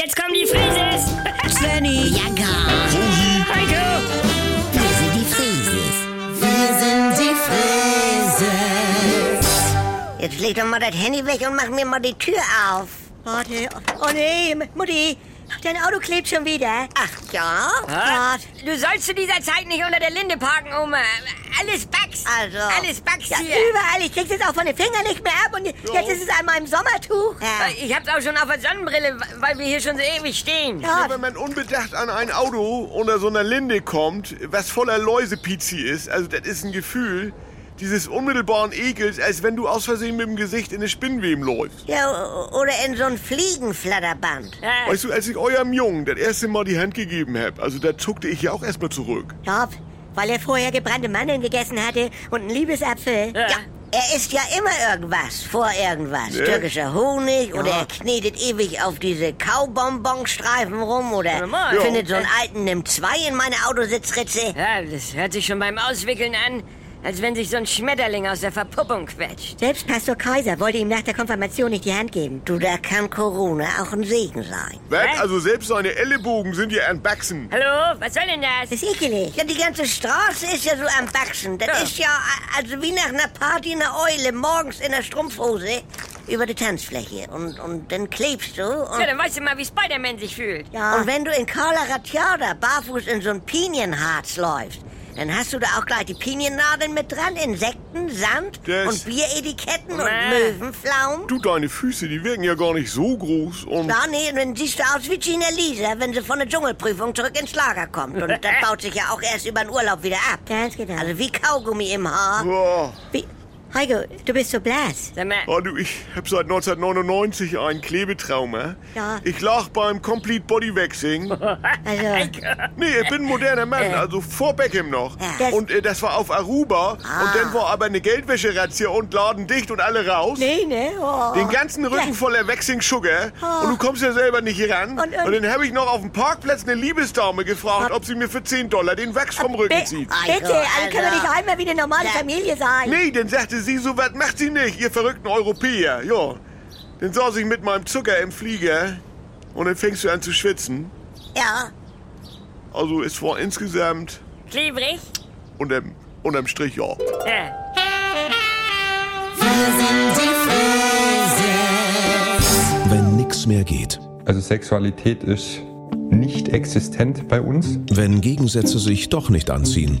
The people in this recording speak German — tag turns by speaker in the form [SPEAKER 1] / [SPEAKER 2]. [SPEAKER 1] Jetzt kommen die Frises!
[SPEAKER 2] Svenny,
[SPEAKER 3] Ja, gar.
[SPEAKER 1] Heiko!
[SPEAKER 3] Wir sind die Frieses. Wir sind die Frieses.
[SPEAKER 2] jetzt leg doch mal das Handy weg und mach mir mal die Tür auf. Warte, oh nee, Mutti, dein Auto klebt schon wieder. Ach ja?
[SPEAKER 1] Ah, Du sollst zu dieser Zeit nicht unter der Linde parken, Oma. Alles Bugs.
[SPEAKER 2] Also.
[SPEAKER 1] Alles Bugs
[SPEAKER 2] Ja,
[SPEAKER 1] hier.
[SPEAKER 2] überall, ich krieg's jetzt auch von den Fingern nicht mehr ab und jetzt ist es an meinem Sommertuch.
[SPEAKER 1] Äh, Ich hab's auch schon auf der Sonnenbrille, weil wir hier schon so ewig stehen.
[SPEAKER 2] Ja,
[SPEAKER 4] Ja, wenn man unbedacht an ein Auto unter so einer Linde kommt, was voller Läusepizi ist, also das ist ein Gefühl dieses unmittelbaren Ekels, als wenn du aus Versehen mit dem Gesicht in eine Spinnweben läufst.
[SPEAKER 2] ja, oder in so ein Fliegenflatterband.
[SPEAKER 1] Äh,
[SPEAKER 4] Weißt du, als ich eurem Jungen das erste Mal die Hand gegeben hab, also da zuckte ich ja auch erstmal zurück.
[SPEAKER 2] Ja, weil er vorher gebrannte Mandeln gegessen hatte und einen Liebesapfel.
[SPEAKER 1] Ja.
[SPEAKER 2] Er isst ja immer irgendwas, vor irgendwas.
[SPEAKER 4] Ja.
[SPEAKER 2] Türkischer Honig oder er knetet ewig auf diese Kaubonbonstreifen rum oder
[SPEAKER 1] Ja, moin.
[SPEAKER 2] findet so
[SPEAKER 1] Ja.
[SPEAKER 2] einen alten Nimm 2 in meine Autositzritze.
[SPEAKER 1] ja, das hört sich schon beim Auswickeln an, als wenn sich so ein Schmetterling aus der Verpuppung quetscht.
[SPEAKER 2] Selbst Pastor Kaiser wollte ihm nach der Konfirmation nicht die Hand geben. Du, da kann Corona auch ein Segen sein.
[SPEAKER 4] Was? Also selbst seine Ellenbogen sind ja an Baxen.
[SPEAKER 1] Hallo, was soll denn das?
[SPEAKER 2] Das ist ekelig. Ja, die ganze Straße ist ja so am Wachsen. Das
[SPEAKER 1] Ja.
[SPEAKER 2] ist ja a- also wie nach einer Party einer Eule morgens in der Strumpfhose über die Tanzfläche. Und, und dann klebst du. Und,
[SPEAKER 1] Ja, dann weißt du mal, wie Spider-Man sich fühlt.
[SPEAKER 2] und wenn du in Kala Ratjada barfuß in so ein Pinienharz läufst, dann hast du da auch gleich die Piniennadeln mit dran, Insekten, Sand
[SPEAKER 4] Das-
[SPEAKER 2] und Bieretiketten und
[SPEAKER 1] Mäh.
[SPEAKER 2] Möwenpflaumen.
[SPEAKER 4] Du, deine Füße, die wirken ja gar nicht so groß und...
[SPEAKER 2] Ja, nee, und dann siehst du aus wie Gina Lisa, wenn sie von der Dschungelprüfung zurück ins Lager kommt. Und das baut sich ja auch erst über den Urlaub wieder ab. Ganz genau. Also wie Kaugummi im Haar.
[SPEAKER 4] Boah.
[SPEAKER 2] Wie? Heiko, du bist so blass.
[SPEAKER 1] Sag mal,
[SPEAKER 4] Oh, Ah, du, ich hab seit 1999 ein Klebetrauma.
[SPEAKER 2] Ja.
[SPEAKER 4] Ich lag beim Complete Body Waxing.
[SPEAKER 2] Also,
[SPEAKER 4] Nee, ich bin ein moderner Mann, also vor Beckham noch.
[SPEAKER 2] Das-
[SPEAKER 4] und äh, das war auf Aruba. Und dann war aber eine Geldwäscherazzia und Laden dicht und alle raus.
[SPEAKER 2] nee, ne? Oh.
[SPEAKER 4] Den ganzen Rücken voller Waxing Sugar. Und du kommst ja selber nicht ran.
[SPEAKER 2] Und- und-
[SPEAKER 4] dann habe ich noch auf dem Parkplatz eine Liebesdame gefragt, ob sie mir für 10 Dollar den Wachs vom Rücken zieht.
[SPEAKER 2] Bitte, also können wir nicht einmal wie eine normale Familie sein.
[SPEAKER 4] Nee, dann sagte sie, so was macht sie nicht, ihr verrückten Europäer. Ja. Dann saß ich mit meinem Zucker im Flieger und dann fängst du an zu schwitzen.
[SPEAKER 2] Ja.
[SPEAKER 4] Also es war insgesamt
[SPEAKER 1] klebrig?
[SPEAKER 4] unterm, unterm Strich, ja.
[SPEAKER 1] Äh,
[SPEAKER 3] Wir sind die Frieses.
[SPEAKER 5] Wenn nix mehr geht.
[SPEAKER 6] Also Sexualität ist nicht existent bei uns.
[SPEAKER 5] Wenn Gegensätze sich doch nicht anziehen.